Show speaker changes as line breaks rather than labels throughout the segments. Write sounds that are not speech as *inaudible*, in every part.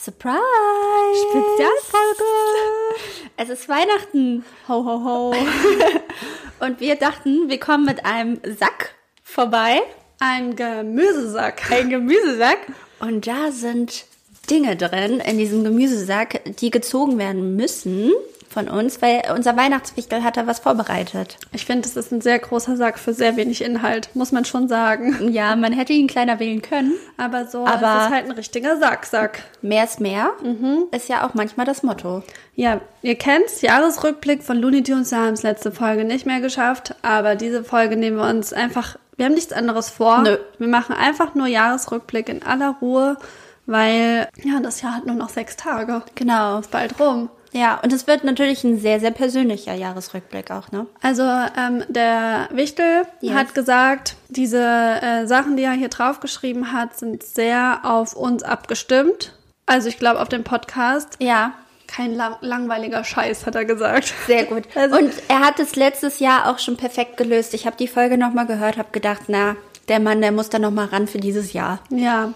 Surprise!
Spezialfolge!
Es ist Weihnachten! Ho, ho, *laughs* ho! Und wir dachten, wir kommen mit einem Sack vorbei.
Ein Gemüsesack.
Ein Gemüsesack. Und da sind Dinge drin in diesem Gemüsesack, die gezogen werden müssen von uns, weil unser Weihnachtswichtel hat da was vorbereitet.
Ich finde, das ist ein sehr großer Sack für sehr wenig Inhalt, muss man schon sagen.
Ja, man hätte ihn kleiner wählen können.
Aber so
Aber-
es ist halt ein richtiger Sacksack.
Mehr ist mehr ist ja auch manchmal das Motto.
Ja, ihr kennt's, Jahresrückblick von Looney Tunes, wir haben es letzte Folge nicht mehr geschafft, aber diese Folge nehmen wir uns einfach, wir haben nichts anderes vor.
Nö.
Wir machen einfach nur Jahresrückblick in aller Ruhe, weil ja, das Jahr hat nur noch sechs Tage.
Genau.
Ist bald rum.
Ja, und es wird natürlich ein sehr, sehr persönlicher Jahresrückblick auch, ne?
Also ähm, der Wichtel
Yes.
hat gesagt, diese äh, Sachen, die er hier draufgeschrieben hat, sind sehr auf uns abgestimmt. Also ich glaube auf den Podcast.
Ja,
Kein lang langweiliger Scheiß, hat er gesagt.
Sehr *laughs* gut.
*laughs* Also-
und er hat es letztes Jahr auch schon perfekt gelöst. Ich habe die Folge nochmal gehört, habe gedacht, na, der Mann, der muss da nochmal ran für dieses Jahr.
Ja,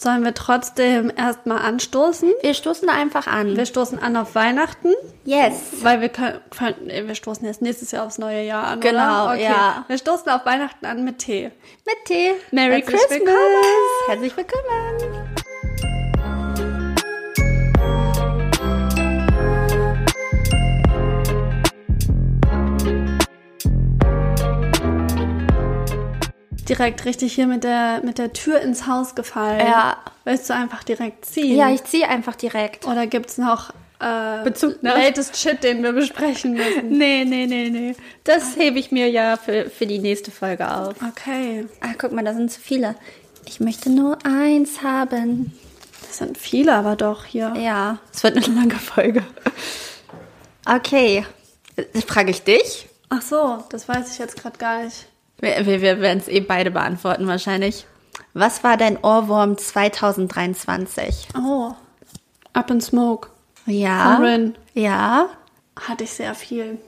sollen wir trotzdem erstmal anstoßen?
Wir stoßen da einfach an.
Wir stoßen an auf Weihnachten,
Yes.
weil wir können, können nee, wir stoßen erst nächstes Jahr aufs neue Jahr an.
Genau,
oder?
ja.
Wir stoßen auf Weihnachten an mit Tee.
Mit Tee.
Merry
Herzlich
Christmas.
Willkommen. Herzlich willkommen.
Direkt richtig hier mit der mit der Tür ins Haus gefallen.
Ja.
Willst du einfach direkt ziehen?
Ja, ich ziehe einfach direkt.
Oder gibt's noch äh,
Bezug, ne?
latest Shit, den wir besprechen müssen?
Nee, nee, nee, nee. Das hebe ich mir ja für, für die nächste Folge auf.
Okay,
Ach, guck mal, da sind zu viele. Ich möchte nur eins haben.
das sind viele aber doch hier.
Ja, es wird eine lange Folge. Okay. Frage ich dich?
Ach so, das weiß ich jetzt gerade gar nicht.
Wir, wir, wir werden es eh beide beantworten wahrscheinlich. Was war dein Ohrwurm 2023?
Oh, Up in Smoke
Ja.
Von Rin.
Ja,
hatte ich sehr viel.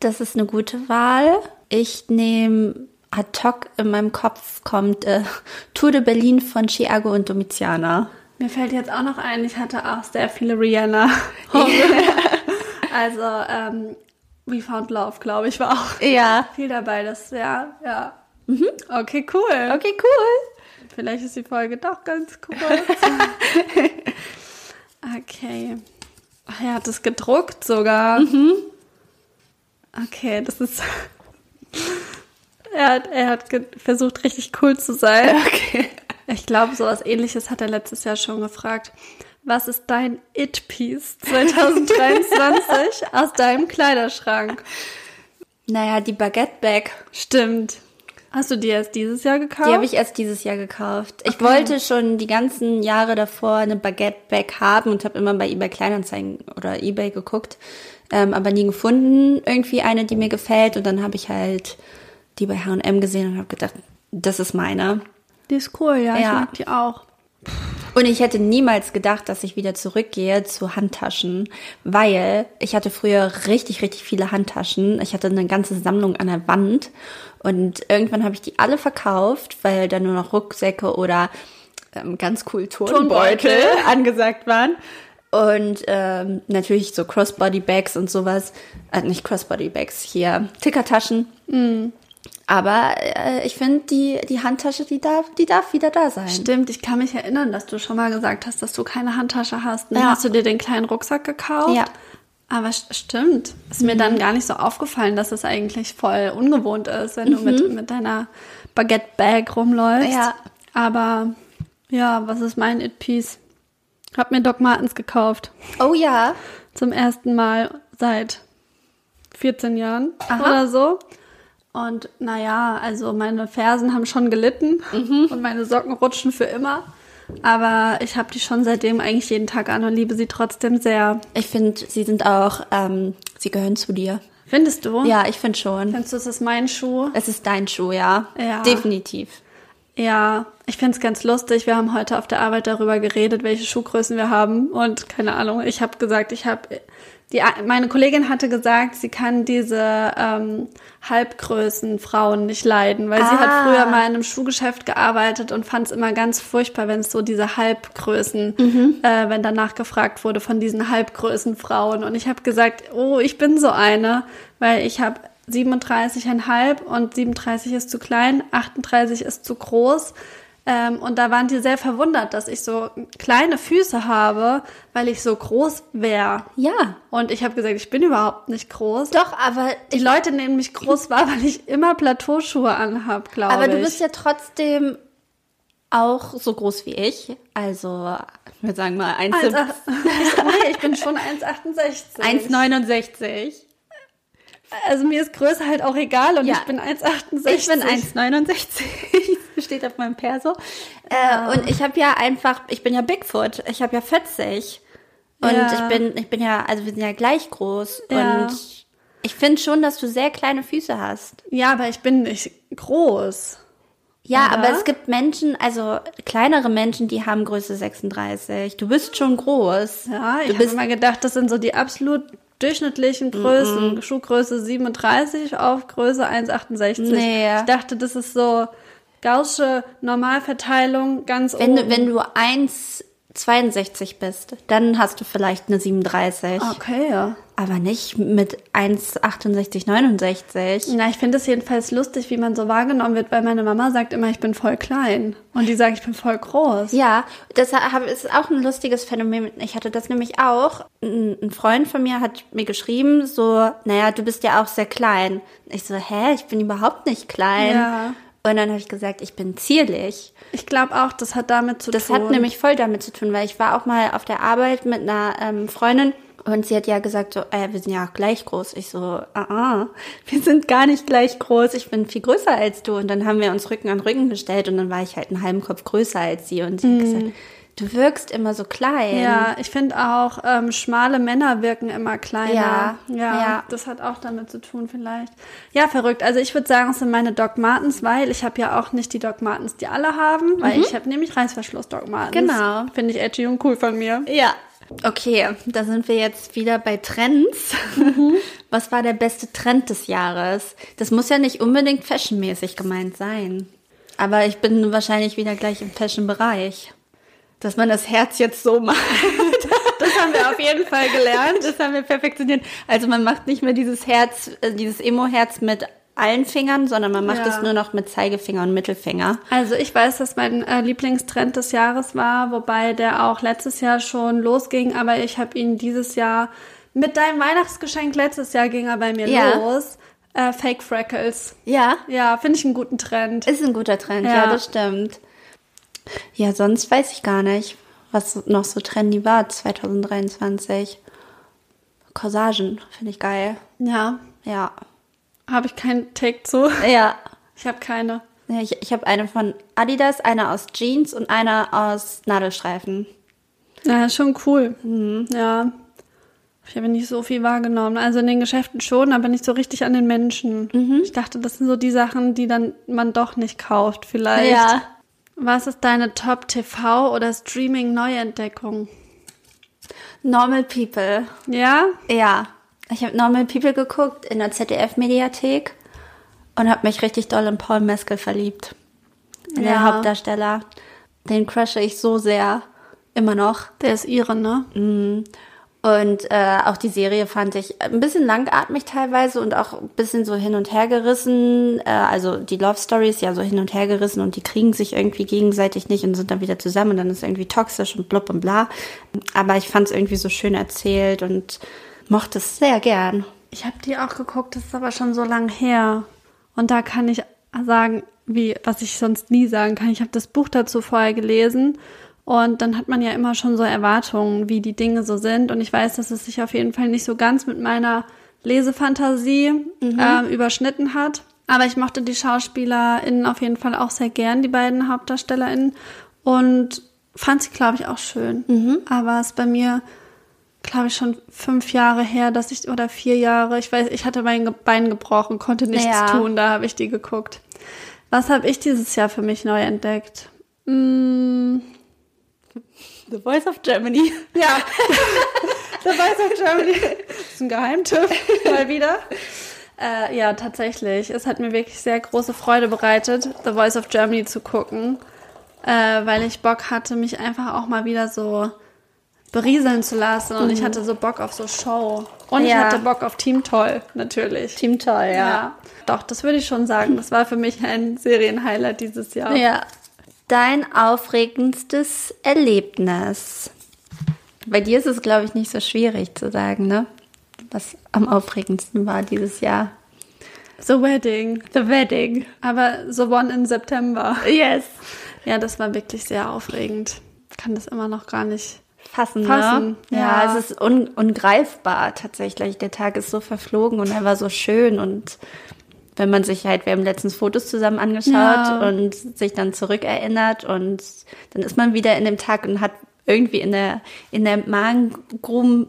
das ist eine gute Wahl. Ich nehme ad hoc in meinem Kopf kommt äh, Tour de Berlin von Chiago und Domitiana.
Mir fällt jetzt auch noch ein, ich hatte auch sehr
*laughs*
viele Rihanna. *laughs* also, ähm, We Found Love, glaube ich, war auch
Ja.
viel dabei. Das, ja, ja.
Mhm.
Okay, cool.
Okay, cool.
Vielleicht ist die Folge doch *laughs* ganz kurz. okay. Ach, er hat es gedruckt sogar. Okay, das ist. *laughs* er hat, er hat ge- versucht, richtig cool zu sein.
Okay.
Ich glaube, sowas ähnliches hat er letztes Jahr schon gefragt. Was ist dein It-Piece *laughs* 2023 aus deinem Kleiderschrank?
Naja, die Baguette Bag,
Stimmt. Hast du die erst dieses Jahr gekauft?
die habe ich erst dieses Jahr gekauft. Ich wollte schon die ganzen Jahre davor eine Baguette Bag haben und habe immer bei eBay Kleinanzeigen oder eBay geguckt, ähm, aber nie gefunden irgendwie eine, die mir gefällt. Und dann habe ich halt die bei H&M gesehen und habe gedacht, das ist meine.
Die ist cool, ja. Ich
Ja.
mag die auch.
Und ich hätte niemals gedacht, dass ich wieder zurückgehe zu Handtaschen, weil ich hatte früher richtig, richtig viele Handtaschen. Ich hatte eine ganze Sammlung an der Wand und irgendwann habe ich die alle verkauft, weil dann nur noch Rucksäcke oder ähm, ganz cool Turnbeutel,
Turnbeutel.
*laughs* angesagt waren. Und ähm, natürlich so Crossbody-Bags und sowas. Äh, nicht Crossbody-Bags, hier Tickertaschen. Aber äh, ich finde, die, die Handtasche, die darf, die darf wieder da sein.
Stimmt, ich kann mich erinnern, dass du schon mal gesagt hast, dass du keine Handtasche hast. Dann
Ja.
hast du dir den kleinen Rucksack gekauft.
Ja. Mhm.
Aber st- stimmt, ist mir dann gar nicht so aufgefallen, dass es eigentlich voll ungewohnt ist, wenn du mit, mit deiner Baguette-Bag rumläufst.
Mhm. Ja.
Aber ja, was ist mein It-Piece? Hab mir Doc Martens gekauft.
Oh ja.
Zum ersten Mal seit 14 Jahren oder so. Und naja, also meine Fersen haben schon gelitten und meine Socken rutschen für immer. Aber ich habe die schon seitdem eigentlich jeden Tag an und liebe sie trotzdem sehr.
Ich finde, sie sind auch, ähm, sie gehören zu dir.
Findest du?
Ah. Ja, ich finde schon.
Findest du, es ist mein Schuh?
Es ist dein Schuh, ja.
Ja.
Definitiv.
Ja, ich find's ganz lustig. Wir haben heute auf der Arbeit darüber geredet, welche Schuhgrößen wir haben. Und keine Ahnung, ich habe gesagt, ich habe. Die, meine Kollegin hatte gesagt, sie kann diese ähm, halbgrößen Frauen nicht leiden, weil sie
Ah.
hat früher mal in einem Schuhgeschäft gearbeitet und fand's immer ganz furchtbar, wenn es so diese Halbgrößen,
Mhm.
äh, wenn danach gefragt wurde von diesen halbgrößen Frauen. Und ich habe gesagt, oh, ich bin so eine, weil ich habe 37,5 und 37 ist zu klein, 38 ist zu groß. Ähm, und da waren die sehr verwundert, dass ich so kleine Füße habe, weil ich so groß wäre.
Ja.
Und ich habe gesagt, ich bin überhaupt nicht groß.
Doch, aber
Die Leute nehmen mich groß wahr, *laughs* weil ich immer Plateauschuhe anhab, glaube ich.
Aber du bist ja trotzdem auch so groß wie ich. Also, ich würde sagen mal 1
1, *laughs* nee, ich bin schon 1,68.
1,69.
Also mir ist Größe halt auch egal und
Ja.
ich bin 1,68.
Ich bin 1,69. Das *laughs* steht auf meinem Perso. Äh, und ich habe ja einfach, ich bin ja Bigfoot. Ich habe ja 40. Und
Ja.
ich bin, ich bin ja, also wir sind ja gleich groß.
Ja.
Und ich finde schon, dass du sehr kleine Füße hast.
Ja, aber ich bin nicht groß.
Ja,
Oder?
aber es gibt Menschen, also kleinere Menschen, die haben Größe 36. Du bist schon groß.
Ja,
du
ich habe
bist
immer gedacht, das sind so die absolut durchschnittlichen Größen. Schuhgröße 37 auf Größe 1,68.
Nee.
Ich dachte, das ist so gaussche Normalverteilung ganz
Wenn du,
oben.
wenn du 1,62 bist, dann hast du vielleicht eine 37.
okay, ja.
Aber nicht mit 1,68, 69.
Na, ich finde es jedenfalls lustig, wie man so wahrgenommen wird, weil meine Mama sagt immer, ich bin voll klein. Und die sagt, ich bin voll groß.
Ja, das hab- ist auch ein lustiges Phänomen. Ich hatte das nämlich auch. Ein ein Freund von mir hat mir geschrieben, so, naja, du bist ja auch sehr klein. Ich so, hä, ich bin überhaupt nicht klein.
Ja.
Und dann habe ich gesagt, ich bin zierlich.
Ich glaube auch, das hat damit zu
Das
tun.
hat nämlich voll damit zu tun, weil ich war auch mal auf der Arbeit mit einer ähm, Freundin und sie hat ja gesagt, so, äh, wir sind ja auch gleich groß. Ich so, ah, ah, wir sind gar nicht gleich groß. Ich bin viel größer als du. Und dann haben wir uns Rücken an Rücken gestellt und dann war ich halt einen halben Kopf größer als sie. Und sie hat
Hm.
gesagt, du wirkst immer so klein.
Ja, ich finde auch, ähm, schmale Männer wirken immer kleiner.
Ja,
ja,
ja.
das hat auch damit zu tun vielleicht. Ja, verrückt. Also ich würde sagen, es sind meine Doc Martens, weil ich habe ja auch nicht die Doc Martens, die alle haben, weil ich habe nämlich Reißverschluss Doc Martens.
Genau.
Finde ich edgy und cool von mir.
Ja. Okay, da sind wir jetzt wieder bei Trends. Mhm. *laughs* Was war der beste Trend des Jahres? Das muss ja nicht unbedingt fashionmäßig gemeint sein. Aber ich bin wahrscheinlich wieder gleich im Fashion-Bereich. Dass man das Herz jetzt so macht. *laughs*
Das haben wir auf jeden Fall gelernt.
Das haben wir perfektioniert. Also man macht nicht mehr dieses Herz, äh, dieses Emo-Herz mit allen Fingern, sondern man macht
Ja.
es nur noch mit Zeigefinger und Mittelfinger.
Also ich weiß, dass mein äh, Lieblingstrend des Jahres war, wobei der auch letztes Jahr schon losging, aber ich habe ihn dieses Jahr mit deinem Weihnachtsgeschenk letztes Jahr ging er bei mir
Ja.
los. Äh, Fake Freckles.
Ja.
Ja, finde ich einen guten Trend.
Ist ein guter Trend, ja.
Ja.
das stimmt. Ja, sonst weiß ich gar nicht, was noch so trendy war 2023. Corsagen finde ich geil.
Ja,
Ja.
habe ich keinen Take zu.
Ja.
Ich habe keine.
Ja, Ich, ich habe eine von Adidas, eine aus Jeans und eine aus Nadelstreifen.
Ja, ist schon cool.
Mhm.
Ja. Ich habe nicht so viel wahrgenommen. Also in den Geschäften schon, aber nicht so richtig an den Menschen.
Mhm.
Ich dachte, das sind so die Sachen, die dann man doch nicht kauft, vielleicht.
Ja.
Was ist deine Top-TV- oder Streaming-Neuentdeckung?
Normal People.
Ja?
Ja. Ich habe Normal People geguckt in der ZDF-Mediathek und habe mich richtig doll in Paul Meskel verliebt. In Der
Ja.
Hauptdarsteller. Den crushe ich so sehr. Immer noch.
Der ist ihre, ne?
Und äh, auch die Serie fand ich ein bisschen langatmig teilweise und auch ein bisschen so hin und her gerissen. Äh, also die Love Story ist ja so hin und her gerissen und die kriegen sich irgendwie gegenseitig nicht und sind dann wieder zusammen und dann ist irgendwie toxisch und blub und bla. Aber ich fand es irgendwie so schön erzählt und mochte es sehr gern.
Ich habe die auch geguckt, das ist aber schon so lang her. Und da kann ich sagen, wie, was ich sonst nie sagen kann. Ich habe das Buch dazu vorher gelesen und dann hat man ja immer schon so Erwartungen, wie die Dinge so sind. Und ich weiß, dass es sich auf jeden Fall nicht so ganz mit meiner Lesefantasie ähm, überschnitten hat. Aber ich mochte die SchauspielerInnen auf jeden Fall auch sehr gern, die beiden HauptdarstellerInnen. Und fand sie, glaube ich, auch schön. Aber es bei mir glaube ich, schon fünf Jahre her, dass ich, oder vier Jahre, ich weiß, ich hatte mein Ge- Bein gebrochen, konnte nichts
Ja.
tun, da habe ich die geguckt. Was habe ich dieses Jahr für mich neu entdeckt? Mm,
The Voice of Germany.
*laughs* ja. The Voice of Germany. ist ein Geheimtipp. Mal wieder. Äh, ja, tatsächlich. Es hat mir wirklich sehr große Freude bereitet, The Voice of Germany zu gucken, äh, weil ich Bock hatte, mich einfach auch mal wieder so berieseln zu lassen und ich hatte so Bock auf so Show. Und ich
Ja.
hatte Bock auf Team Toll,
*laughs*
natürlich.
Team Toll,
Ja. Doch, das würde ich schon sagen. Das war für mich ein Serienhighlight dieses Jahr.
Ja. Dein aufregendstes Erlebnis. Bei dir ist es, glaube ich, nicht so schwierig zu sagen, ne? Was am aufregendsten war dieses Jahr.
The Wedding.
The Wedding.
Aber The One in September.
Yes.
Ja, das war wirklich sehr aufregend. Kann das immer noch gar nicht.
Fassen,
Fassen,
ne?
ja.
Ja, es ist un ungreifbar tatsächlich. Der Tag ist so verflogen und er war so schön und wenn man sich halt, wir haben letztens Fotos zusammen angeschaut
Ja.
und sich dann zurückerinnert und dann ist man wieder in dem Tag und hat irgendwie in der, in der Magengrube,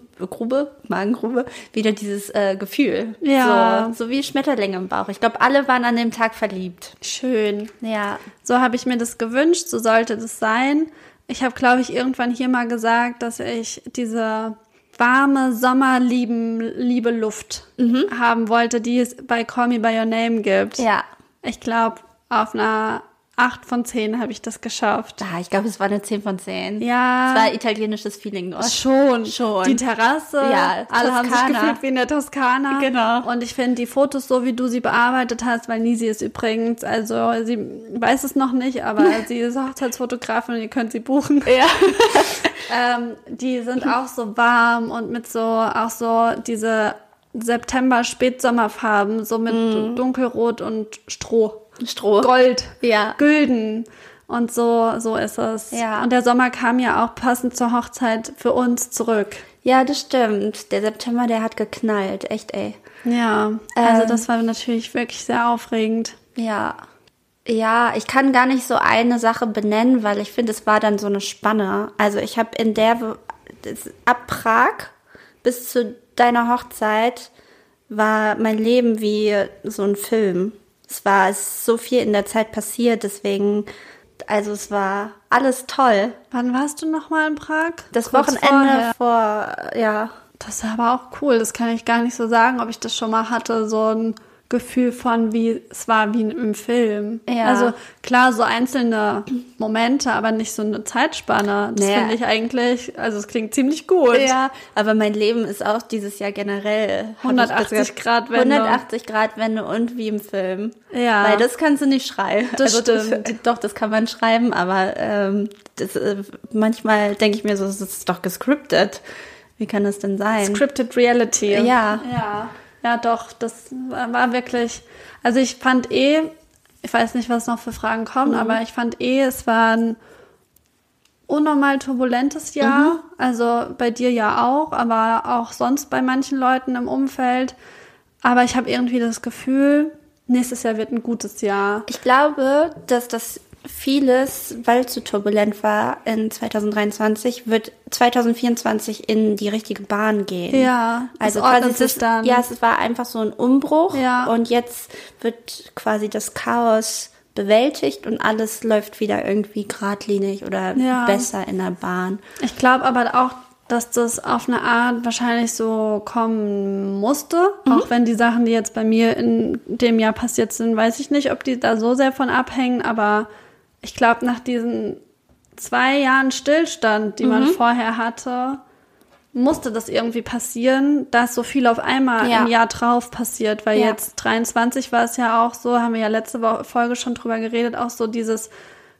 Magengrube wieder dieses äh, Gefühl.
Ja.
So, so wie Schmetterlinge im Bauch. Ich glaube, alle waren an dem Tag verliebt.
Schön.
Ja.
So habe ich mir das gewünscht, so sollte das sein. Ich habe, glaube ich, irgendwann hier mal gesagt, dass ich diese warme Sommerlieben liebe Luft haben wollte, die es bei Call Me By Your Name gibt.
Mhm. Ja.
Ich glaube, auf einer 8 von 10 habe ich das geschafft.
Ah, ich glaube, es war eine 10 von 10.
Ja.
Es war italienisches Feeling Oh, nur.
Schon,
Schon.
Die Terrasse,
Ja,
alle haben sich
Toskana.
gefühlt wie in der Toskana.
Genau.
Und ich finde die Fotos, so wie du sie bearbeitet hast, weil Nisi ist übrigens, also sie weiß es noch
*laughs*
nicht, aber sie ist Hochzeitsfotografin und ihr könnt sie buchen. *laughs*
Ja.
Ähm, die sind auch so warm und mit so, auch so diese September-Spätsommerfarben, so mit
Mhm.
dunkelrot und Stroh.
Stroh.
Gold.
Ja.
Gülden. Und so, so ist es.
Ja.
Und der Sommer kam ja auch passend zur Hochzeit für uns zurück.
Ja, das stimmt. Der September, der hat geknallt. Echt, ey.
Ja. Also
Ähm.
das war natürlich wirklich sehr aufregend.
Ja. Ja, ich kann gar nicht so eine Sache benennen, weil ich finde, es war dann so eine Spanne. Also ich habe in der, Wo- das- ab Prag bis zu deiner Hochzeit war mein Leben wie so ein Film. Es war es ist so viel in der Zeit passiert, deswegen, also es war alles toll.
Wann warst du nochmal in Prag?
Das
Kurz vorher.
Wochenende vor, ja,
Das war aber auch cool. Das kann ich gar nicht so sagen, ob ich das schon mal hatte, so ein Gefühl von, wie es war wie im Film.
Ja.
Also klar, so einzelne Momente, aber nicht so eine Zeitspanne. Das
Naja.
finde ich eigentlich, also es klingt ziemlich gut.
Ja, aber mein Leben ist auch dieses Jahr generell. hab ich
180
gesagt,
Grad Wende.
180 Grad Wende und wie im Film.
Ja.
Weil das kannst du nicht schreiben.
Das
*laughs* doch, das kann man schreiben, aber ähm, das, äh, manchmal denke ich mir so, das ist doch gescriptet. Wie kann das denn sein?
Scripted Reality.
Ja.
Ja, ja doch, das war war wirklich. Also ich fand eh, ich weiß nicht, was noch für Fragen kommen,
Mhm.
aber ich fand eh, es war ein unnormal turbulentes Jahr.
Mhm.
Also bei dir ja auch, aber auch sonst bei manchen Leuten im Umfeld. Aber ich habe irgendwie das Gefühl, nächstes Jahr wird ein gutes Jahr.
Ich glaube, dass das vieles, weil es zu turbulent war in 2023, wird 2024 in die richtige Bahn gehen.
Ja,
Also
es ordnet
quasi es
sich
ist,
dann.
Ja, es war einfach so ein Umbruch.
Ja.
Und jetzt wird quasi das Chaos bewältigt und alles läuft wieder irgendwie geradlinig oder
Ja.
besser in der Bahn.
Ich glaube aber auch, dass das auf eine Art wahrscheinlich so kommen musste.
Mhm.
Auch wenn die Sachen, die jetzt bei mir in dem Jahr passiert sind, weiß ich nicht, ob die da so sehr von abhängen. Aber ich glaube, nach diesen zwei Jahren Stillstand, die
Mhm.
man vorher hatte, musste das irgendwie passieren, dass so viel auf einmal
Ja.
im Jahr drauf passiert, weil
Ja.
jetzt 23 war es ja auch so, haben wir ja letzte Wo- Folge schon drüber geredet, auch so dieses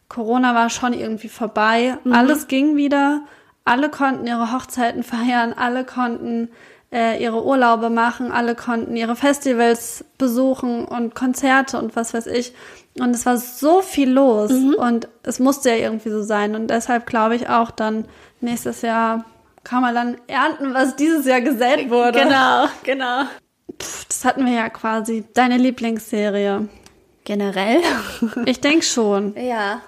Corona war schon irgendwie vorbei,
Mhm.
alles ging wieder, alle konnten ihre Hochzeiten feiern, alle konnten äh, ihre Urlaube machen, alle konnten ihre Festivals besuchen und Konzerte und was weiß ich. Und es war so viel los und es musste ja irgendwie so sein. Und deshalb glaube ich auch dann nächstes Jahr kann man dann ernten, was dieses Jahr *laughs* gesät wurde.
Genau, genau.
Pff, das hatten wir ja quasi. Deine Lieblingsserie.
Generell.
Ich denke schon.
ja.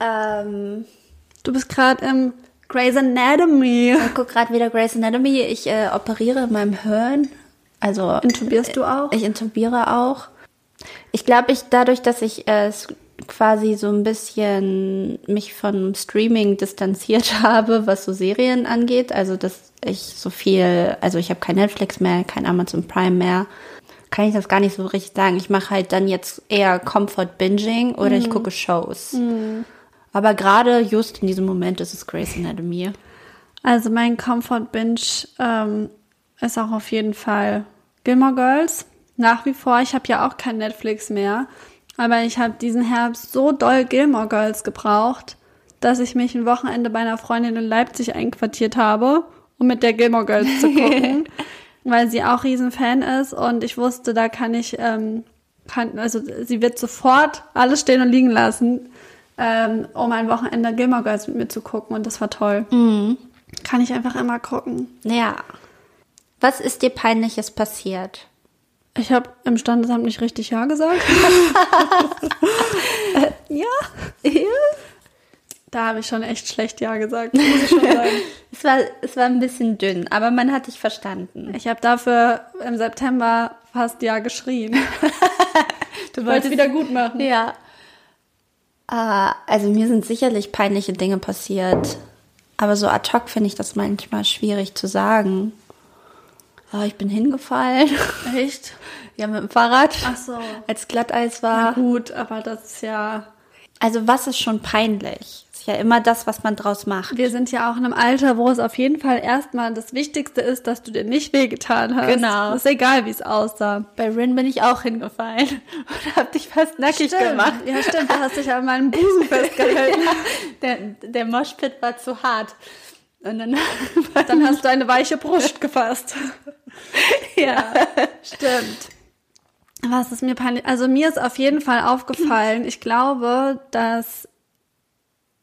Ähm,
Du bist gerade im Grey's Anatomy.
ich gucke gerade wieder Grey's Anatomy. Ich äh, operiere in meinem Hirn. Also
Intubierst du auch?
Ich intubiere auch. Ich glaube, ich dadurch, dass ich äh, es quasi so ein bisschen mich von Streaming distanziert *laughs* habe, was so Serien angeht, also dass ich so viel, also ich habe kein Netflix mehr, kein Amazon Prime mehr, kann ich das gar nicht so richtig sagen. Ich mache halt dann jetzt eher Comfort Binging oder ich gucke Shows. Aber gerade just in diesem Moment ist es Grey's Anatomy.
Also mein Comfort Binge ähm, ist auch auf jeden Fall Gilmore Girls. Nach wie vor, ich habe ja auch kein Netflix mehr, aber ich habe diesen Herbst so doll Gilmore Girls gebraucht, dass ich mich ein Wochenende bei einer Freundin in Leipzig einquartiert habe, um mit der Gilmore Girls zu gucken, weil sie auch Riesenfan ist und ich wusste, da kann ich, ähm, kann, also sie wird sofort alles stehen und liegen lassen, ähm, um ein Wochenende Gilmore Girls mit mir zu gucken und das war toll. Kann ich einfach immer gucken.
Ja. Was ist dir peinliches passiert?
Ich habe im Standesamt nicht richtig Ja *laughs* gesagt. Äh, ja. Da habe ich schon echt schlecht Ja gesagt, muss ich schon sagen. *laughs*
Es war, es war ein bisschen dünn, aber man hat dich verstanden.
Ich habe dafür im September fast Ja *laughs* geschrien.
Du
Wollt's wieder gut machen.
Ja. Ah, also mir sind sicherlich peinliche Dinge passiert. Aber so ad hoc finde ich das manchmal schwierig zu sagen. Ah, ich bin hingefallen. *laughs*
Echt?
Ja, mit dem Fahrrad.
Ach so.
Als Glatteis
Na
war.
gut, aber das ist ja.
Also was ist schon peinlich? Ist ja immer das, was man draus macht.
Wir sind ja auch in einem Alter, wo es auf jeden Fall erstmal das Wichtigste ist, dass du dir nicht wehgetan hast.
Genau.
Ist egal, wie es aussah.
Bei Rin bin ich auch hingefallen *laughs* und hab dich fast nackig gemacht. *laughs*
Ja, stimmt. Du hast dich an meinem Busen *laughs* festgehalten.
Der, der Moshpit war zu hart. Und dann,
Dann hast du eine weiche Brust gefasst.
*laughs* ja.
Stimmt. Was ist mir peinlich? Also mir ist auf jeden Fall aufgefallen, ich glaube, dass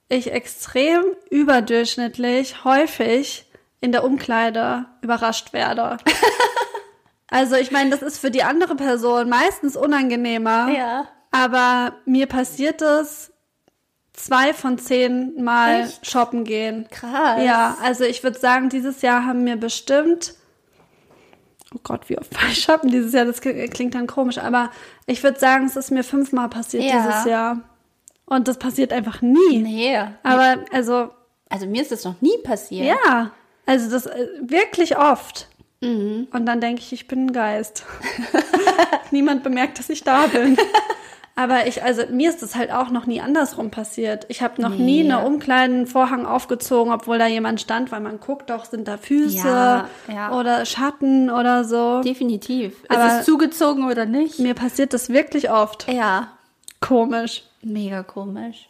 ich extrem überdurchschnittlich häufig in der Umkleide
*laughs*
überrascht werde. also ich meine, das ist für die andere Person meistens unangenehmer.
*laughs* Ja.
Aber mir passiert es zwei von zehn Mal
Echt?
shoppen gehen.
Krass.
Ja, also ich würde sagen, dieses Jahr haben mir bestimmt. Oh Gott, wie oft *laughs* war ich shoppen dieses Jahr? Das kli- klingt dann komisch, aber ich würde sagen, es ist mir fünfmal passiert
Ja.
dieses Jahr. Und das passiert einfach nie.
Nee.
Aber also,
Also mir ist das noch nie passiert.
ja, also das äh, wirklich oft. Und dann denke ich, ich bin ein Geist. *laughs* Niemand bemerkt, dass ich da bin. Aber ich, also mir ist das halt auch noch nie andersrum passiert. Ich habe noch nie
Nee.
eine Umkleiden Vorhang aufgezogen, obwohl da jemand stand, weil man guckt doch, sind da Füße
Ja, ja.
oder Schatten oder so.
Definitiv.
Aber-
ist es zugezogen oder nicht?
mir passiert das wirklich oft.
Ja.
Komisch.
Mega komisch.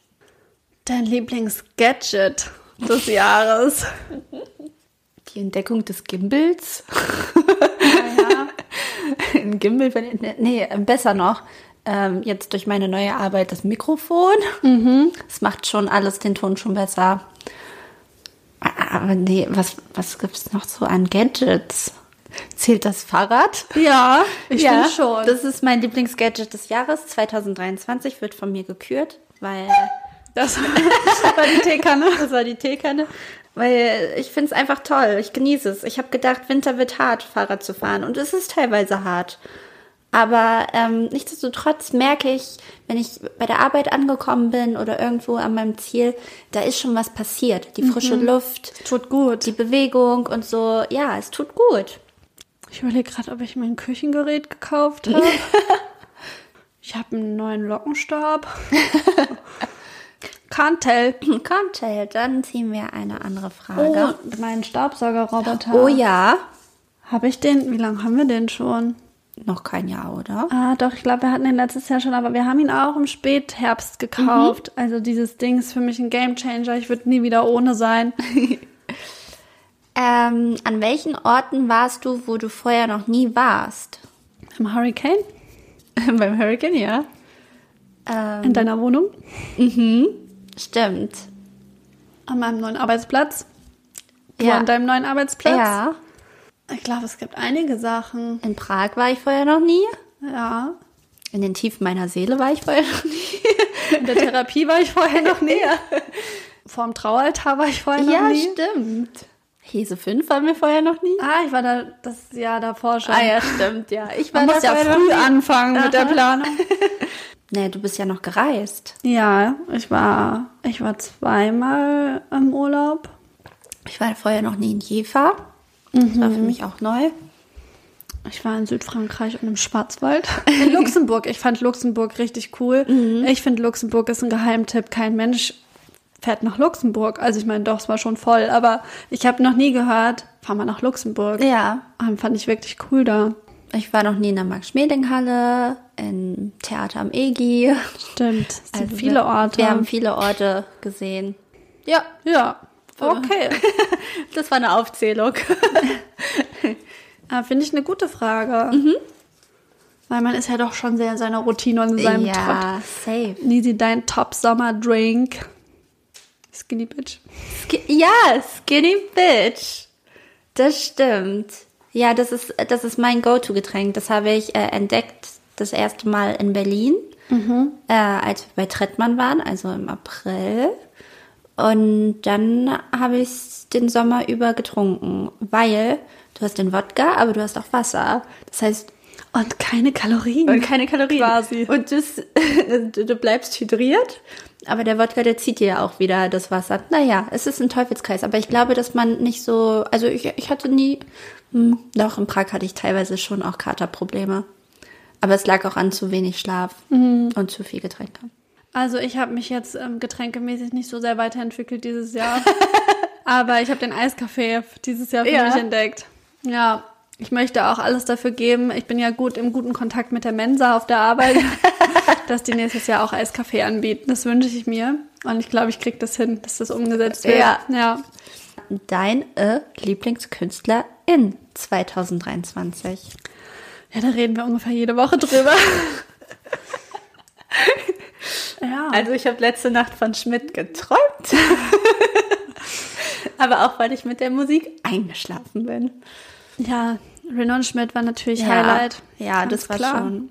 Dein Lieblingsgadget des Jahres.
Die Entdeckung des Gimbals. *laughs*
ja.
Ein Gimbal, wenn, nee, äh, besser noch. Ähm, jetzt durch meine neue Arbeit das Mikrofon. Es macht schon alles den Ton schon besser. Ah, Aber nee, was, was gibt's noch so an Gadgets? Zählt das Fahrrad?
ja, ich finde schon.
Das ist mein Lieblingsgadget des Jahres. 2023 wird von mir gekürt, weil
Das war die Teekanne.
das war die Teekanne. Weil ich finde es einfach toll. Ich genieße es. Ich habe gedacht, Winter wird hart, Fahrrad zu fahren. Und es ist teilweise hart. Aber ähm, nichtsdestotrotz merke ich, wenn ich bei der Arbeit angekommen bin oder irgendwo an meinem Ziel, da ist schon was passiert. Die frische Luft,
Mhm. Tut gut.
die Bewegung und so. Ja, es tut gut.
Ich überlege gerade, ob ich mein Küchengerät gekauft habe. *laughs* ich habe einen neuen Lockenstab. Can't tell.
Kommt, Tail, dann ziehen wir eine andere
Oh,
Frage.
meinen Staubsaugerroboter.
oh ja.
Habe ich den? Wie lange haben wir den schon?
Noch kein Jahr, oder?
Ah, doch, ich glaube, wir hatten den letztes Jahr schon, aber wir haben ihn auch im Spätherbst gekauft.
Mhm.
Also dieses Ding ist für mich ein Gamechanger. Ich würde nie wieder ohne sein.
Ähm, an welchen Orten warst du, wo du vorher noch nie warst?
Im Hurricane?
*laughs* Beim Hurricane, ja. Ähm,
In deiner Wohnung?
stimmt.
An meinem neuen Arbeitsplatz? Du
Ja.
An deinem neuen Arbeitsplatz?
Ja.
Ich glaube, es gibt einige Sachen.
In Prag war ich vorher noch nie.
Ja.
In den Tiefen meiner Seele war ich vorher *laughs* noch nie.
In der Therapie war ich vorher noch nie. Vorm Traualtar war ich vorher noch
ja,
nie.
stimmt. Hese 5 waren wir vorher noch nie.
Ah, ich war da das Jahr davor schon.
Ah ja, stimmt, ja. Ich war
Man muss
da
ja
vorher noch
früh
nie.
anfangen mit der Planung.
Nee, du bist ja noch gereist.
Ja, ich war, ich war zweimal im Urlaub.
Ich war vorher noch nie in Jever. Das war für mich auch neu.
Ich war in Südfrankreich und im Schwarzwald. *laughs* In Luxemburg. Ich fand Luxemburg richtig cool. Ich finde, Luxemburg ist ein Geheimtipp. Kein Mensch fährt nach Luxemburg. Also ich meine, doch, es war schon voll, aber ich habe noch nie gehört, fahr mal nach Luxemburg.
Ja.
Ähm, fand ich wirklich cool da.
Ich war noch nie in der Max-Schmeling-Halle, im Theater am Egi.
Stimmt. Es sind
Also
viele
wir-
Orte.
Wir haben viele Orte gesehen. Ja,
ja.
*laughs*
Okay.
das war eine Aufzählung.
Ah, Finde ich eine gute Frage.
Mhm.
Weil man ist ja doch schon sehr in seiner Routine und in seinem Trott.
ja, safe.
Nisi, dein Top-Sommer-Drink. Skinny Bitch.
Ski- ja, Skinny Bitch. Das stimmt. Ja, das ist, das ist mein Go-To-Getränk. Das habe ich äh, entdeckt das erste Mal in Berlin,
Mhm.
äh, als wir bei Trettmann waren, also im April. Und dann habe ich es den Sommer über getrunken, weil du hast den Wodka, aber du hast auch Wasser. Das heißt,
Und keine
*laughs*
Kalorien.
Und keine Kalorien.
Quasi.
Und das, *laughs* du, du bleibst hydriert, aber der Wodka, der zieht dir ja auch wieder das Wasser. Naja, es ist ein Teufelskreis, aber ich glaube, dass man nicht so, also ich, ich hatte nie, hm, doch in Prag hatte ich teilweise schon auch Katerprobleme. Aber es lag auch an zu wenig Schlaf und zu viel Getränke.
Also ich habe mich jetzt ähm, getränkemäßig nicht so sehr weiterentwickelt
*laughs*
dieses Jahr. Aber ich habe den Eiskaffee dieses Jahr für
Ja.
mich entdeckt. Ja, ich möchte auch alles dafür geben. Ich bin ja gut im guten Kontakt mit der Mensa auf der
*laughs*
Arbeit, dass die nächstes Jahr auch Eiskaffee anbieten. Das wünsche ich mir. Und ich glaube, ich kriege das hin, dass das umgesetzt wird.
Ja.
ja.
Dein äh, Lieblingskünstler in 2023.
Ja, da reden wir ungefähr jede Woche
*laughs*
drüber. ja.
Also ich habe letzte Nacht von Schmidt geträumt. *laughs* aber auch weil ich mit der Musik eingeschlafen bin.
ja, Renon Schmidt war natürlich Highlight.
Ja,
Ganz
das war
klar.
schon.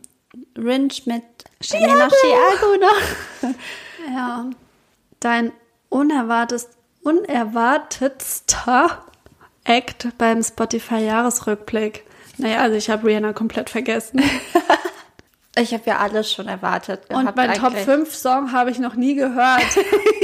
Ringe mit Chiago. Chiago noch.
Ja. Dein unerwartet, unerwartetster Act beim Spotify-Jahresrückblick. Naja, also ich habe Rihanna
*laughs*
komplett vergessen.
Ich habe ja alles schon erwartet.
Und
gehabt
mein
eigentlich.
Top 5 Song habe ich noch nie gehört.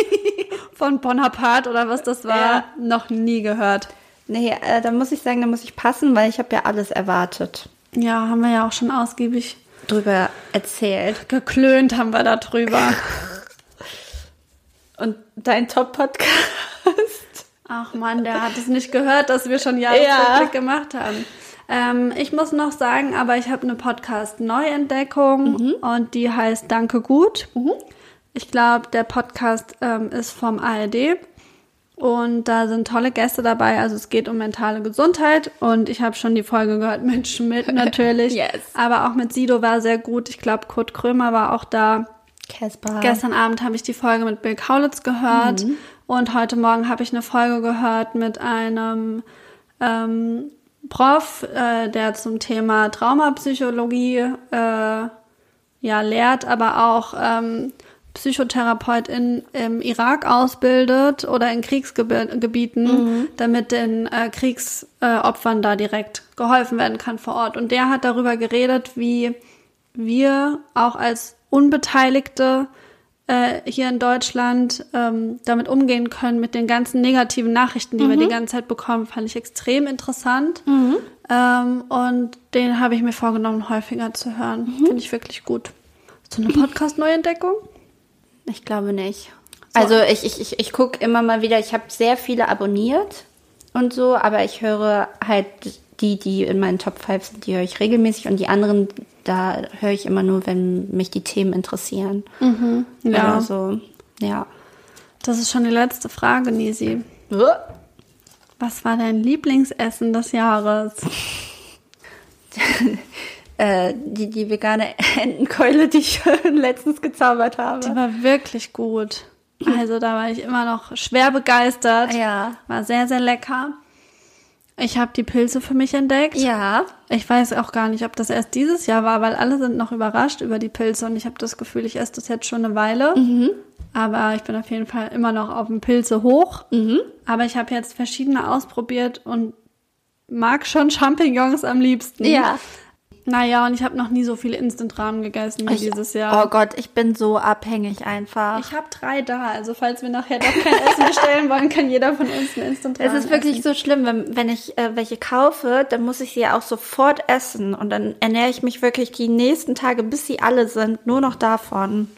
*laughs*
Von Bonaparte oder was das war,
Ja.
noch nie gehört.
Nee, äh, da muss ich sagen, da muss ich passen, weil ich habe ja alles erwartet.
Ja, haben wir ja auch schon ausgiebig
Drüber erzählt.
geklönt, haben wir da drüber.
Und dein Top-Podcast?
Ach man, der hat es nicht gehört, dass wir schon Jahresrückblick gemacht haben. Ähm, ich muss noch sagen, aber ich habe eine Podcast-Neuentdeckung und die heißt Danke gut. Ich glaube, der Podcast ähm, ist vom ARD und da sind tolle Gäste dabei. Also es geht um mentale Gesundheit und ich habe schon die Folge gehört mit Schmidt natürlich,
Yes.
aber auch mit Sido war sehr gut. Ich glaube, Kurt Krömer war auch da.
Caspar.
Gestern Abend habe ich die Folge mit Bill Kaulitz gehört und heute Morgen habe ich eine Folge gehört mit einem ähm, Prof, äh, der zum Thema Traumapsychologie äh, ja, lehrt, aber auch ähm, PsychotherapeutInnen im Irak ausbildet oder in Kriegsgebieten, damit den äh, Kriegsopfern äh, Opfern da direkt geholfen werden kann vor Ort. Und der hat darüber geredet, wie wir auch als Unbeteiligte äh, hier in Deutschland ähm, damit umgehen können, mit den ganzen negativen Nachrichten, die wir die ganze Zeit bekommen, fand ich extrem interessant. Ähm, und den habe ich mir vorgenommen, häufiger zu hören. Finde ich wirklich gut. So eine Podcast-Neuentdeckung?
Ich glaube nicht. Also ich, ich, ich, ich gucke immer mal wieder, ich habe sehr viele abonniert und so, aber ich höre halt die, die in meinen Top 5 sind, die höre ich regelmäßig und die anderen, da höre ich immer nur, wenn mich die Themen interessieren.
Ja.
Oder so. Ja.
Das ist schon die letzte Frage, Nisi. Was war dein Lieblingsessen des Jahres?
Äh, die, die vegane *laughs* Entenkeule, die ich letztens gezaubert
Die
habe.
war wirklich gut. Also da war ich immer noch schwer begeistert.
Ja.
War sehr, sehr lecker. Ich habe die Pilze für mich entdeckt.
Ja.
Ich weiß auch gar nicht, ob das erst dieses
Mhm.
Jahr war, weil alle sind noch überrascht über die Pilze und ich habe das Gefühl, ich esse das jetzt schon eine Weile. Aber ich bin auf jeden Fall immer noch auf dem Pilze hoch.
Mhm.
Aber ich habe jetzt verschiedene ausprobiert und mag schon Champignons am liebsten.
Ja.
Naja, und ich habe noch nie so viele Instant-Rahmen gegessen wie
Ich-
dieses Jahr.
Oh Gott, ich bin so abhängig einfach.
ich habe drei da, also falls wir nachher doch kein Essen bestellen wollen, kann jeder von uns einen Instant-Rahmen
Es ist wirklich so schlimm, wenn, wenn ich äh, welche kaufe, dann muss ich sie ja auch sofort essen und dann ernähre ich mich wirklich die nächsten Tage, bis sie alle sind, nur noch davon.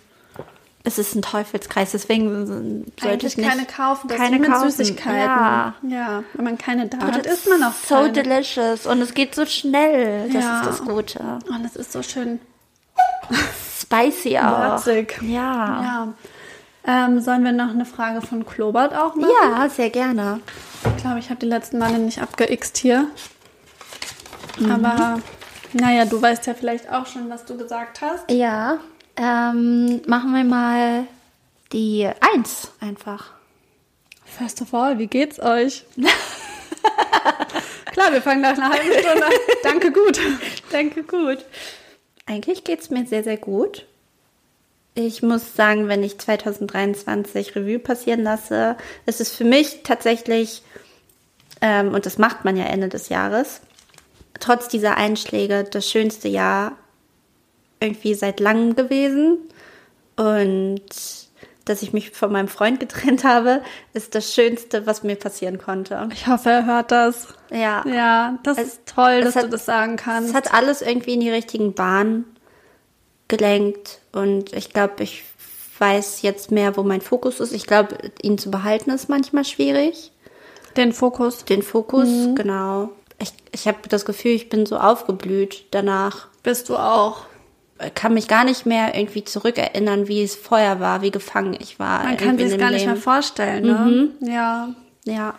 Es ist ein Teufelskreis, deswegen sollte
Eigentlich
ich nicht
keine kaufen, das
keine
ist mit
kaufen.
Süßigkeiten.
Ja.
ja, wenn man keine da
Und
hat,
das
isst man auch
so
keine.
delicious und es geht so schnell. Das
Ja.
ist das Gute.
Und es Oh, ist so schön
Spicy auch.
würzig.
Ja.
Ja. Ähm, sollen wir noch eine Frage von Klobert auch machen?
ja, sehr gerne.
Ich glaube, ich habe die letzten Male nicht abgeixt hier.
Mhm.
Aber naja, du weißt ja vielleicht auch schon, was du gesagt hast.
Ja, ähm, machen wir mal die Eins einfach.
First of all, wie geht's
*laughs*
euch? Klar, wir fangen nach einer halben Stunde an. Danke, gut.
Danke, gut. Eigentlich geht es mir sehr, sehr gut. Ich muss sagen, wenn ich 2023 Revue passieren lasse, ist es für mich tatsächlich, ähm, und das macht man ja Ende des Jahres, trotz dieser Einschläge das schönste Jahr irgendwie seit langem gewesen. Und dass ich mich von meinem Freund getrennt *laughs* habe, ist das Schönste, was mir passieren konnte.
Ich hoffe, er hört das.
Ja.
Ja, das
Es-
ist toll,
es
dass
hat-
du das sagen kannst.
Es hat alles irgendwie in die richtigen Bahnen gelenkt und ich glaube, ich weiß jetzt mehr, wo mein Fokus ist. Ich glaube, ihn zu behalten ist manchmal schwierig.
den Fokus.
Den Fokus,
Mhm.
genau. Ich, ich habe das Gefühl, ich bin so aufgeblüht danach.
Bist du auch.
Kann mich gar nicht mehr irgendwie zurückerinnern, wie es vorher war, wie gefangen ich war.
Man
irgendwie
kann
in
sich
dem
gar nicht mehr
Leben.
vorstellen, ne? Ja.
Ja.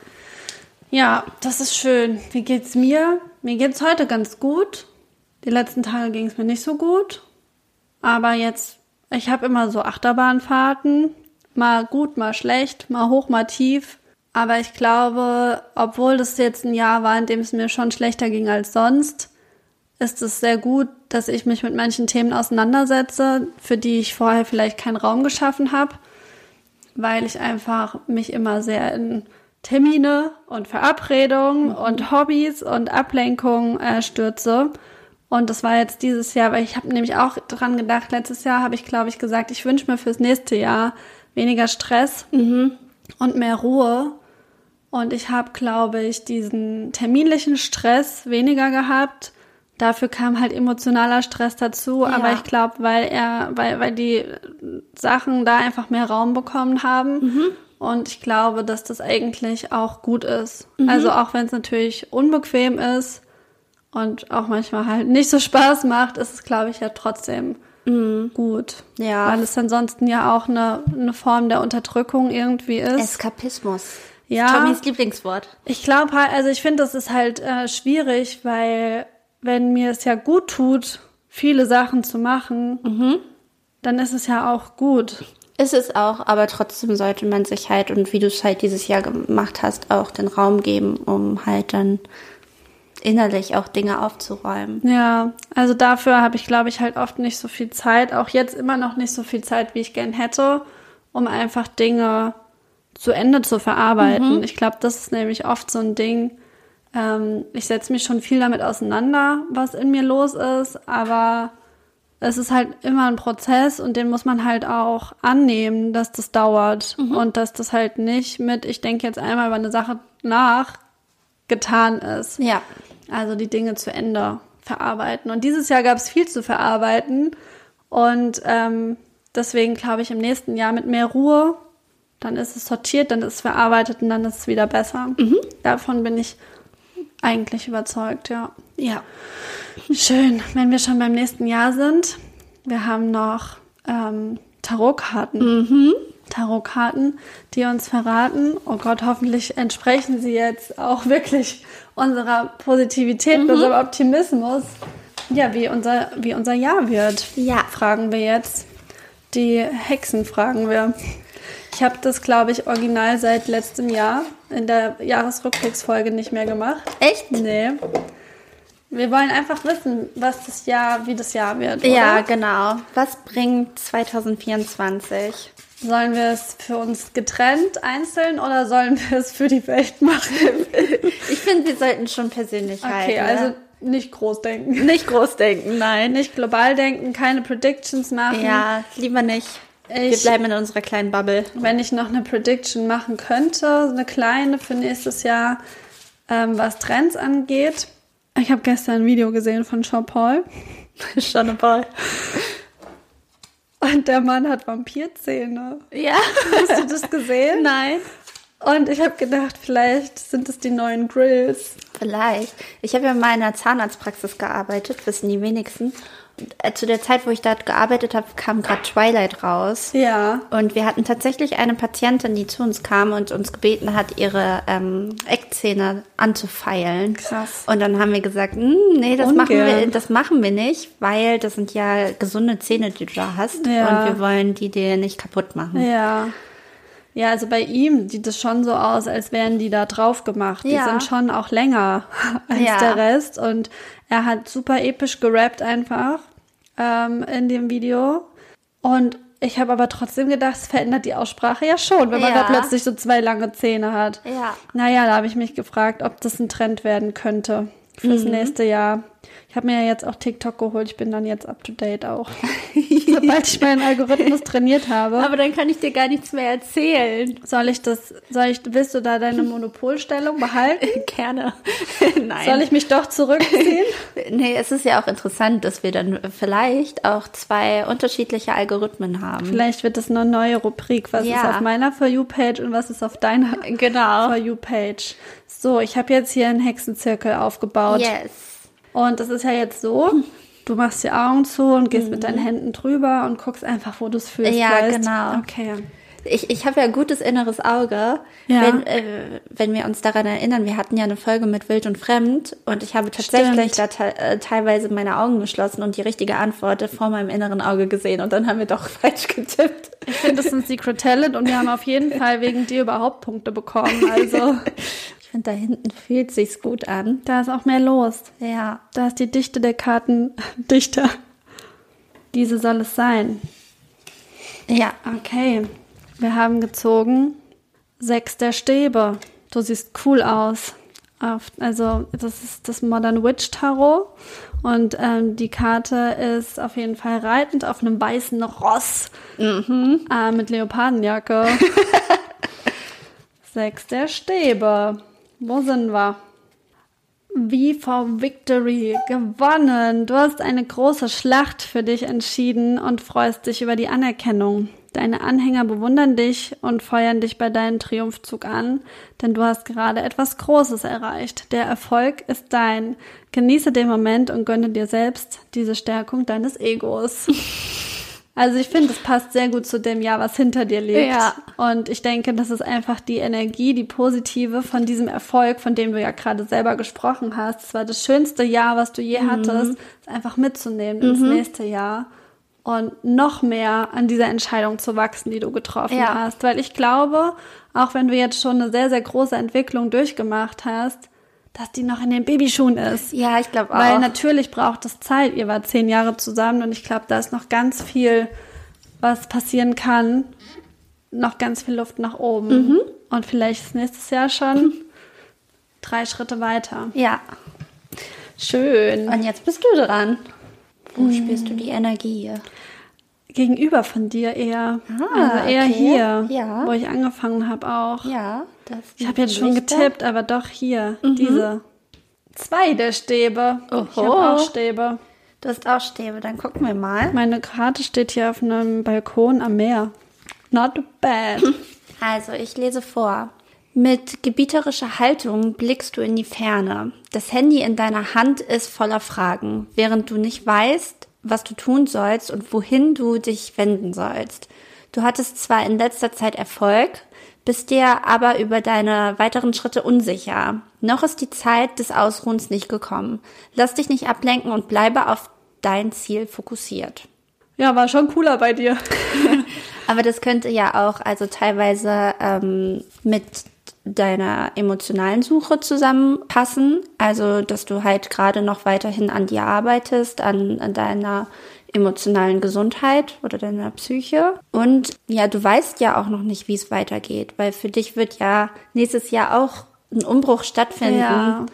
Ja, das ist schön. Wie geht's mir? Mir geht's heute ganz gut. Die letzten Tage ging's mir nicht so gut. Aber jetzt, ich habe immer so Achterbahnfahrten. Mal gut, mal schlecht, mal hoch, mal tief. Aber ich glaube, obwohl das jetzt ein Jahr war, in dem es mir schon schlechter ging als sonst, ist es sehr gut, dass ich mich mit manchen Themen auseinandersetze, für die ich vorher vielleicht keinen Raum geschaffen habe weil ich einfach mich immer sehr in Termine und Verabredungen und Hobbys und Ablenkungen äh, stürze. Und das war jetzt dieses Jahr, weil ich habe nämlich auch dran gedacht, letztes Jahr habe ich, glaube ich, gesagt, ich wünsche mir fürs nächste Jahr weniger Stress und mehr Ruhe. Und ich habe, glaube ich, diesen terminlichen Stress weniger gehabt. Dafür kam halt emotionaler Stress dazu, aber ich glaube, weil er, weil, weil die Sachen da einfach mehr Raum bekommen haben. Und ich glaube, dass das eigentlich auch gut ist. Also auch wenn es natürlich unbequem ist und auch manchmal halt nicht so Spaß macht, ist es, glaube ich, ja trotzdem gut.
Ja.
Weil es ansonsten ja auch eine, eine Form der Unterdrückung irgendwie ist.
Eskapismus.
Ja.
Tommys Lieblingswort.
Ich glaube halt, also ich finde, das ist halt äh, schwierig, weil wenn mir es ja gut tut, viele Sachen zu machen, dann ist es ja auch gut.
Ist es auch, aber trotzdem sollte man sich halt und wie du es halt dieses Jahr gemacht hast, auch den Raum geben, um halt dann innerlich auch Dinge aufzuräumen.
Ja, also dafür habe ich, glaube ich, halt oft nicht so viel Zeit, auch jetzt immer noch nicht so viel Zeit, wie ich gern hätte, um einfach Dinge zu Ende zu verarbeiten. Ich glaube, das ist nämlich oft so ein Ding. Ähm, ich setze mich schon viel damit auseinander, was in mir los ist, aber es ist halt immer ein Prozess und den muss man halt auch annehmen, dass das dauert und dass das halt nicht mit, ich denke jetzt einmal über eine Sache nach, getan ist.
Ja.
Also die Dinge zu Ende verarbeiten. Und dieses Jahr gab es viel zu verarbeiten. Und ähm, deswegen glaube ich, im nächsten Jahr mit mehr Ruhe, dann ist es sortiert, dann ist es verarbeitet und dann ist es wieder besser. Davon bin ich eigentlich überzeugt, ja.
Ja.
Schön, wenn wir schon beim nächsten Jahr sind. Wir haben noch ähm, Tarotkarten. Tarotkarten, die uns verraten. Oh Gott, hoffentlich entsprechen sie jetzt auch wirklich unserer Positivität, unserem Optimismus. Ja, wie unser, wie unser Jahr wird.
Ja.
Fragen wir jetzt. Die Hexen fragen wir. Ich habe das, glaube ich, original seit letztem Jahr in der Jahresrückblicksfolge nicht mehr gemacht.
Echt?
Nee. Wir wollen einfach wissen, was das Jahr, wie das Jahr wird. Oder?
Ja, genau. Was bringt 2024?
Sollen wir es für uns getrennt, einzeln oder sollen wir es für die Welt machen?
Ich finde, wir sollten schon persönlich halten. ne?
Okay, also nicht groß denken.
Nicht groß denken, nein.
Nicht global denken, keine Predictions machen.
Ja, lieber nicht. wir
Ich-
bleiben in unserer kleinen Bubble. *laughs*
Wenn ich noch eine Prediction machen könnte, so eine kleine für nächstes Jahr, ähm, was Trends angeht. Ich habe gestern ein Video gesehen von Sean Paul
schon Ball.
und der Mann hat Vampirzähne.
Ja.
Hast du das gesehen?
Nein.
Und ich habe gedacht, vielleicht sind es die neuen Grills.
Vielleicht. Ich habe ja mal in einer Zahnarztpraxis gearbeitet, wissen die wenigsten. Und äh, zu der Zeit, wo ich dort gearbeitet habe, kam gerade Twilight raus.
Ja.
Und wir hatten tatsächlich eine Patientin, die zu uns kam und uns gebeten hat, ihre ähm, Eckzähne anzufeilen.
Krass.
Und dann haben wir gesagt, "Hm, nee, das machen, wir,
Ungern.
das machen wir nicht, weil das sind ja gesunde Zähne, die du da hast.
Ja.
Und wir wollen die dir nicht kaputt machen.
Ja. Ja, also bei ihm sieht es schon so aus, als wären die da drauf gemacht. Die
Ja.
sind schon auch länger *laughs* als
Ja.
der Rest. Und er hat super episch gerappt einfach ähm, in dem Video. Und ich habe aber trotzdem gedacht, es verändert die Aussprache ja schon, wenn man
Ja.
da plötzlich so zwei lange Zähne hat.
Ja.
Naja, da habe ich mich gefragt, ob das ein Trend werden könnte fürs
Mhm.
nächste Jahr. Ich habe mir ja jetzt auch TikTok geholt. Ich bin dann jetzt up to
*laughs*
date auch. Sobald ich meinen Algorithmus trainiert habe.
Aber dann kann ich dir gar nichts mehr erzählen.
Soll ich das, soll ich, willst du da deine Monopolstellung behalten?
Gerne. *laughs* Nein.
Soll ich mich doch
*laughs*
zurückziehen?
Nee, es ist ja auch interessant, dass wir dann vielleicht auch zwei unterschiedliche Algorithmen haben.
Vielleicht wird das eine neue Rubrik. Was ist
Ja.
auf meiner For You-Page und was ist auf deiner
Genau.
*laughs* For You-Page? So, ich habe jetzt hier einen Hexenzirkel aufgebaut.
Yes.
Und das ist ja jetzt so, du machst die Augen zu und gehst mit deinen Händen drüber und guckst einfach, wo du es fühlst.
Mhm. Ja,
weißt?
genau.
Okay.
Ich, ich habe ja ein gutes inneres Auge,
Ja.
wenn, äh, wenn wir uns daran erinnern. Wir hatten ja eine Folge mit Wild und Fremd und ich habe tatsächlich da te äh, teilweise meine Augen geschlossen und die richtige Antwort vor meinem inneren Auge gesehen und dann haben wir doch *laughs* falsch getippt.
Ich finde, das ist ein Secret Talent und wir haben auf jeden Fall wegen dir überhaupt Punkte bekommen.
*laughs*
Also,
Ich finde, da hinten fühlt sich's gut an.
da ist auch mehr los.
Ja.
Da ist die Dichte der Karten *laughs* dichter. Diese soll es sein.
Ja.
Okay, wir haben gezogen sechs der Stäbe. Du siehst cool aus. Auf- Also das ist das Modern Witch Tarot und ähm, die Karte ist auf jeden Fall reitend auf einem weißen Ross äh, mit Leopardenjacke. sechs der Stäbe. Wo sind wir? Wie for Victory gewonnen. Du hast eine große Schlacht für dich entschieden und freust dich über die Anerkennung. Deine Anhänger bewundern dich und feuern dich bei deinem Triumphzug an, denn du hast gerade etwas Großes erreicht. Der Erfolg ist dein. Genieße den Moment und gönne dir selbst diese Stärkung deines Egos. Also ich finde, es passt sehr gut zu dem Jahr, was hinter dir liegt.
Ja.
Und ich denke, das ist einfach die Energie, die positive von diesem Erfolg, von dem du ja gerade selber gesprochen hast. Es war das schönste Jahr, was du je hattest, es einfach mitzunehmen ins nächste Jahr und noch mehr an dieser Entscheidung zu wachsen, die du getroffen
Ja.
hast. Weil ich glaube, auch wenn du jetzt schon eine sehr, sehr große Entwicklung durchgemacht hast, dass die noch in den Babyschuhen ist.
Ja, ich glaube auch.
Weil natürlich braucht es Zeit. Ihr wart zehn Jahre zusammen und ich glaube, da ist noch ganz viel, was passieren kann. Noch ganz viel Luft nach oben.
Mhm.
Und vielleicht ist nächstes
*laughs*
Jahr schon drei Schritte weiter.
ja.
Schön.
Und jetzt bist du dran. Wo spürst du die Energie?
Gegenüber von dir eher.
Ah,
also eher
okay.
hier,
Ja.
wo ich angefangen habe auch.
Ja, Mhm. das
Ich habe jetzt schon
Lichter.
getippt, aber doch hier, diese. Zwei der Stäbe. Ich habe
Oho.
auch Stäbe.
Du hast auch Stäbe, dann gucken wir mal.
Meine Karte steht hier auf einem Balkon am Meer. Not *laughs* bad.
Also, ich lese vor. Mit gebieterischer Haltung blickst du in die Ferne. Das Handy in deiner Hand ist voller Fragen, während du nicht weißt, was du tun sollst und wohin du dich wenden sollst. Du hattest zwar in letzter Zeit Erfolg, bist dir aber über deine weiteren Schritte unsicher. Noch ist die Zeit des Ausruhens nicht gekommen. Lass dich nicht ablenken und bleibe auf dein Ziel fokussiert.
Ja, war schon cooler bei dir.
Aber das könnte ja auch also teilweise ähm, mit deiner emotionalen Suche zusammenpassen. Also, dass du halt gerade noch weiterhin an dir arbeitest, an, an deiner emotionalen Gesundheit oder deiner Psyche. Und ja, du weißt ja auch noch nicht, wie es weitergeht, weil für dich wird ja nächstes Jahr auch ein Umbruch stattfinden.
Ja.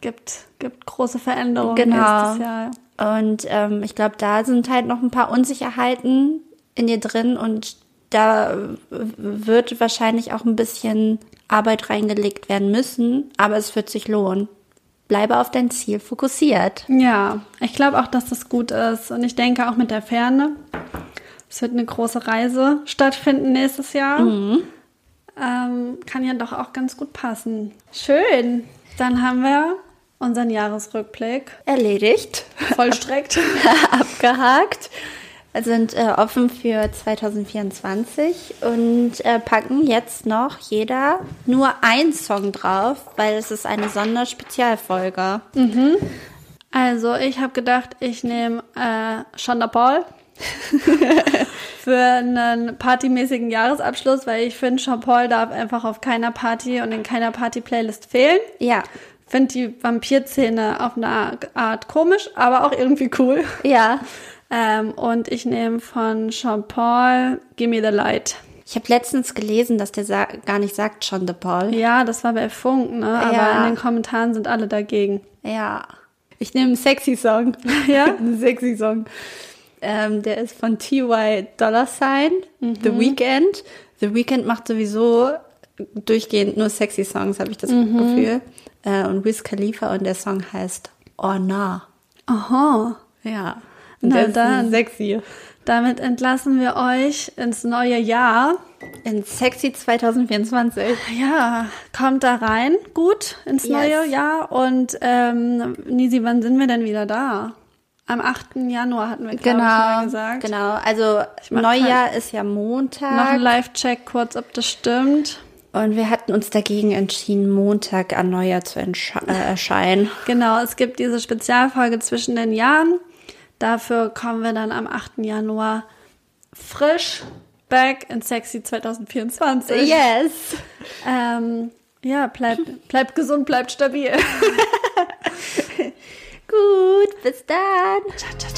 Gibt, gibt große Veränderungen
Genau.
nächstes Jahr.
Und ähm, ich glaube, da sind halt noch ein paar Unsicherheiten in dir drin und da äh, wird wahrscheinlich auch ein bisschen Arbeit reingelegt werden müssen, aber es wird sich lohnen. Bleibe auf dein Ziel fokussiert.
Ja, ich glaube auch, dass das gut ist. Und ich denke auch mit der Ferne. Es wird eine große Reise stattfinden nächstes Jahr. Ähm, kann ja doch auch ganz gut passen. Schön. Dann haben wir unseren Jahresrückblick
Erledigt,
vollstreckt.
*laughs* abgehakt, sind äh, offen für 2024 und äh, packen jetzt noch jeder nur ein Song drauf, weil es ist eine Sonderspezialfolge.
also, ich habe gedacht, ich nehme äh, Shonda Paul *laughs* für einen partymäßigen Jahresabschluss, weil ich finde, Shonda Paul darf einfach auf keiner Party und in keiner Party-Playlist fehlen.
Ja,
finde die Vampirszene auf eine Ar- Art komisch, aber auch irgendwie cool.
ja.
Ähm, und ich nehme von Sean Paul Gimme the Light.
Ich habe letztens gelesen, dass der sa gar nicht sagt Sean de Paul.
Ja, das war bei Funk, ne? Aber
Ja.
in den Kommentaren sind alle dagegen.
Ja. Ich nehme einen sexy *laughs* Song.
Ja?
einen sexy Song. Ähm, der ist von T.Y. Dollar Sign, The Weeknd. The Weeknd macht sowieso durchgehend nur sexy Songs, habe ich das Gefühl. Äh, und Wiz Khalifa und der Song heißt Oh Na.
Aha.
Ja. Und
Na
der ist
dann.
sexy.
Damit entlassen wir euch ins neue Jahr.
In sexy 2024.
Ja, kommt da rein, gut, ins
Yes.
neue Jahr. Und ähm, Nisi, wann sind wir denn wieder da? Am 8. Januar hatten wir, glaube ich, mal gesagt.
Genau. Also
mach
Neujahr ist ja Montag.
Noch ein Live-Check kurz, ob das stimmt.
Und wir hatten uns dagegen entschieden, Montag an Neujahr zu entsche- äh, erscheinen.
Genau, es gibt diese Spezialfolge zwischen den Jahren. Dafür kommen wir dann am 8. Januar frisch back in sexy 2024.
Yes!
Ähm, ja, bleibt bleib gesund, bleibt stabil.
Gut, bis dann!
ciao, ciao, ciao.